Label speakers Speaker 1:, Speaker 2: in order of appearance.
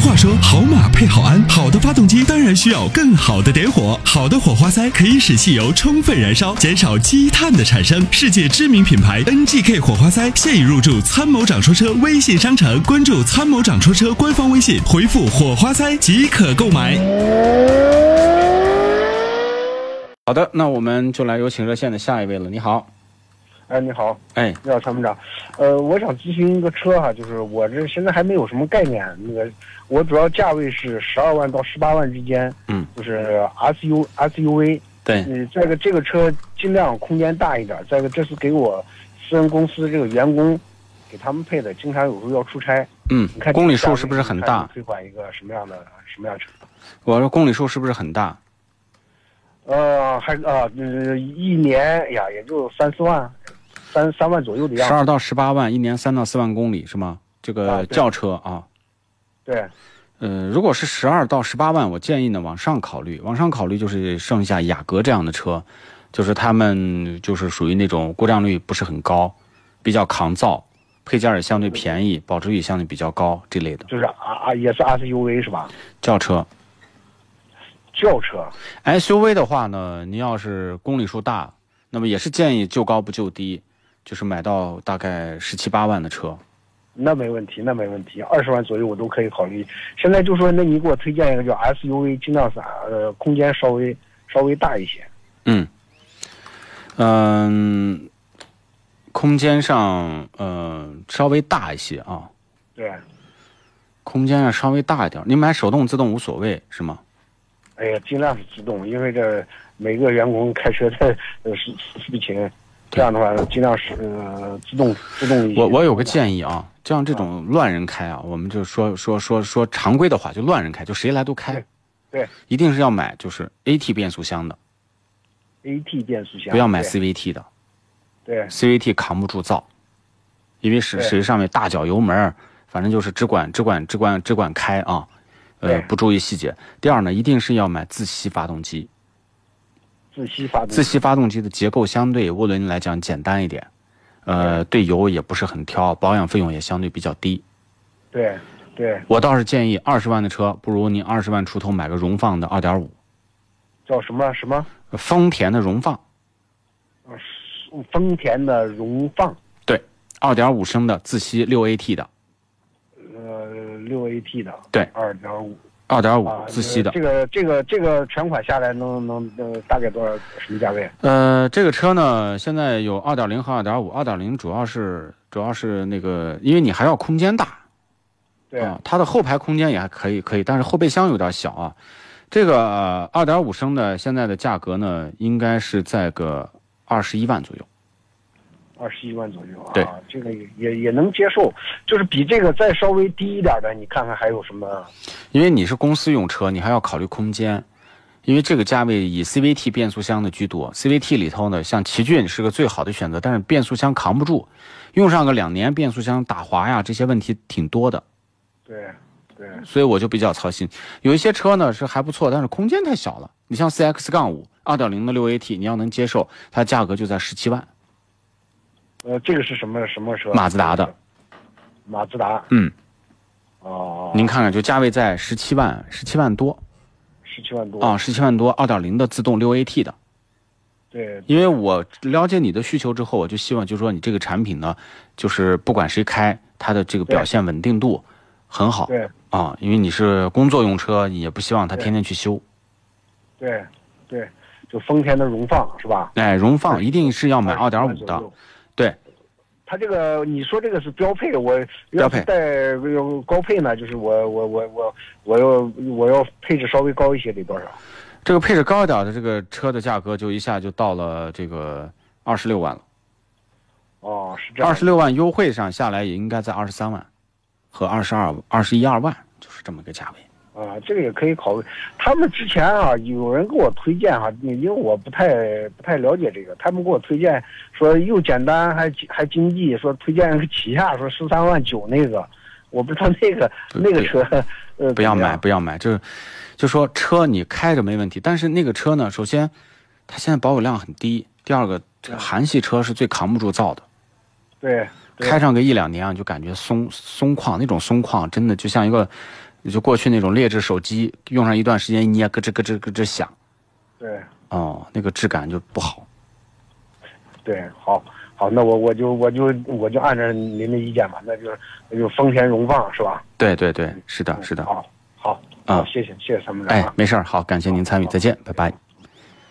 Speaker 1: 话说，好马配好鞍，好的发动机当然需要更好的点火。好的火花塞可以使汽油充分燃烧，减少积碳的产生。世界知名品牌 NGK 火花塞现已入驻参谋长说车微信商城，关注参谋长说车官方微信，回复火花塞即可购买。
Speaker 2: 好的，那我们就来有请热线的下一位了。你好，
Speaker 3: 哎，你好，
Speaker 2: 哎，
Speaker 3: 你好，参谋长。呃，我想咨询一个车哈，就是我这现在还没有什么概念，那个我主要价位是十二万到十八万之间，
Speaker 2: 嗯，
Speaker 3: 就是 SU SUV，
Speaker 2: 对，
Speaker 3: 嗯，再一个这个车尽量空间大一点，再一个这是给我私人公司这个员工给他们配的，经常有时候要出差，
Speaker 2: 嗯
Speaker 3: 你看，
Speaker 2: 公里数是不是很大？
Speaker 3: 推广一个什么样的什么样的车？
Speaker 2: 我说公里数是不是很大？
Speaker 3: 呃，还啊、呃，一年哎呀也就三四万，三三万左右的样
Speaker 2: 十
Speaker 3: 子，
Speaker 2: 二到十八万，一年三到四万公里是吗？这
Speaker 3: 啊
Speaker 2: 个
Speaker 3: 对
Speaker 2: 轿车啊，
Speaker 3: 对。
Speaker 2: 呃，如果是十二到十八万，我建议呢往上考虑，往上考虑就是剩下雅阁这样的车，就是他们就是属于那种故障率不是很高，比较抗造，配件也相对便宜，保值率也相对比较高这类的
Speaker 3: 就是啊啊，也是 SUV 是吧？
Speaker 2: 轿车。
Speaker 3: 轿车
Speaker 2: SUV 的话呢，您要是公里数大，那么也是建议就高不就低，就是买到大概十七八万的车。
Speaker 3: 那没问题，那没问题，二十万左右我都可以考虑。现在就说，那你给我推荐一个叫 SUV，尽量是呃空间稍微稍微大一些。
Speaker 2: 嗯，嗯、空间上呃稍微大一些啊，
Speaker 3: 对，
Speaker 2: 空间上稍微大一点。您买手动自动无所谓是吗？
Speaker 3: 哎呀，尽量是自动，因为这每个员工开车的呃事事情，这样的话尽量是呃自动自动一些。
Speaker 2: 我我有个建议啊，像这种乱人开啊，我们就说说说说常规的话，就乱人开，就谁来都开。
Speaker 3: 对对议
Speaker 2: 一定是要买就是 AT 变速箱的，
Speaker 3: ，AT 变速箱
Speaker 2: 不要买
Speaker 3: 对
Speaker 2: CVT 的。
Speaker 3: 对
Speaker 2: CVT 扛不住造，因为是
Speaker 3: 对
Speaker 2: 谁上面大脚油门儿，反正就是只管只管只管只管开啊，呃
Speaker 3: 对，
Speaker 2: 不注意细节。第二呢，一定是要买自吸发动机，
Speaker 3: 自吸发动
Speaker 2: 自吸发动机的结构相对涡轮来讲简单一点，呃，对油也不是很挑，保养费用也相对比较低。
Speaker 3: 对对
Speaker 2: 我倒是建议二十万的车，不如您二十万出头买个荣放的二点五，呃
Speaker 3: 叫什么什么
Speaker 2: 丰田的荣放，
Speaker 3: 呃丰田的荣放。
Speaker 2: 对，二点五升的自吸六 AT 的，
Speaker 3: 呃，六 AT 的，
Speaker 2: 对
Speaker 3: 二点五
Speaker 2: 二点五
Speaker 3: 啊，
Speaker 2: 自吸的
Speaker 3: 这。个这个这个全款下来能能能大概多少什么价位？啊
Speaker 2: 呃，这个车呢，现在有2.0和2.5，2.0主要是主要是那个，因为你还要空间大
Speaker 3: 对，
Speaker 2: 啊，它的后排空间也还可以，可以，但是后备箱有点小啊。这个2.5升呃的现在的价格呢，应该是在个21万左右。
Speaker 3: 二十一万左右啊。
Speaker 2: 对
Speaker 3: 这个也也也能接受，就是比这个再稍微低一点的，你看看还有什么？啊
Speaker 2: 因为你是公司用车，你还要考虑空间，因为这个价位以 CVT 变速箱的居多。CVT 里头呢，像奇骏是个最好的选择，但是变速箱扛不住，用上个两年，变速箱打滑呀，这些问题挺多的。
Speaker 3: 对对
Speaker 2: 所以我就比较操心。有一些车呢是还不错，但是空间太小了。你像 CX 杠五二点零的六 AT，你要能接受，它价格就在十七万。
Speaker 3: 呃，这个是什么什么车？
Speaker 2: 马自达的，
Speaker 3: 马自达
Speaker 2: 嗯，
Speaker 3: 哦，
Speaker 2: 您看看，就价位在十七万，十七万多
Speaker 3: 十七万多
Speaker 2: 啊，十七万多，二点零的自动六 AT 的。
Speaker 3: 对
Speaker 2: 因为我了解你的需求之后，我就希望就是说你这个产品呢，就是不管谁开，它的这个表现稳定度很好
Speaker 3: 对
Speaker 2: 啊。因为你是工作用车，你也不希望它天天去修。
Speaker 3: 对对，就丰田的荣放是吧？
Speaker 2: 哎，荣放一定是要买二
Speaker 3: 20
Speaker 2: 点
Speaker 3: 万
Speaker 2: 五
Speaker 3: 左
Speaker 2: 的
Speaker 3: 右，
Speaker 2: 对。
Speaker 3: 它这个你说这个是标配，我要是带高配呢，就是我我我我我要我要配置稍微高一些得多少？
Speaker 2: 这个配置高一点的这个车的价格就一下就到了这个二十六万了，
Speaker 3: 哦，是这样。
Speaker 2: 二十六万优惠上下来也应该在二十三万和二十二、二十一二万，就是这么个价位。
Speaker 3: 啊，这个也可以考虑。他们之前啊，有人给我推荐哈、因为我不太不太了解这个，他们给我推荐说又简单还还经济，说推荐个起亚，说十三万九那个，我不知道那个
Speaker 2: 对
Speaker 3: 那个车，呃，
Speaker 2: 不要
Speaker 3: 怎么样
Speaker 2: 买，不要买，就是就说车你开着没问题，但是那个车呢，首先它现在保有量很低，第二个这个韩系车是最扛不住造的，
Speaker 3: 对，对
Speaker 2: 开上个一两年啊，就感觉松松旷，那种松旷真的就像一个也就过去那种劣质手机，用上一段时间一捏，咯吱咯吱咯吱响，
Speaker 3: 对
Speaker 2: 哦，那个质感就不好。
Speaker 3: 对，好，好，那我我就我就我就按照您的意见吧，那就那就丰田荣放是吧？嗯
Speaker 2: 对对对，是的，是的。
Speaker 3: 好，好，
Speaker 2: 啊
Speaker 3: 好谢谢谢谢参谋长
Speaker 2: 哎
Speaker 3: 啊。，
Speaker 2: 没事儿，好，感谢您参与，再见，拜拜。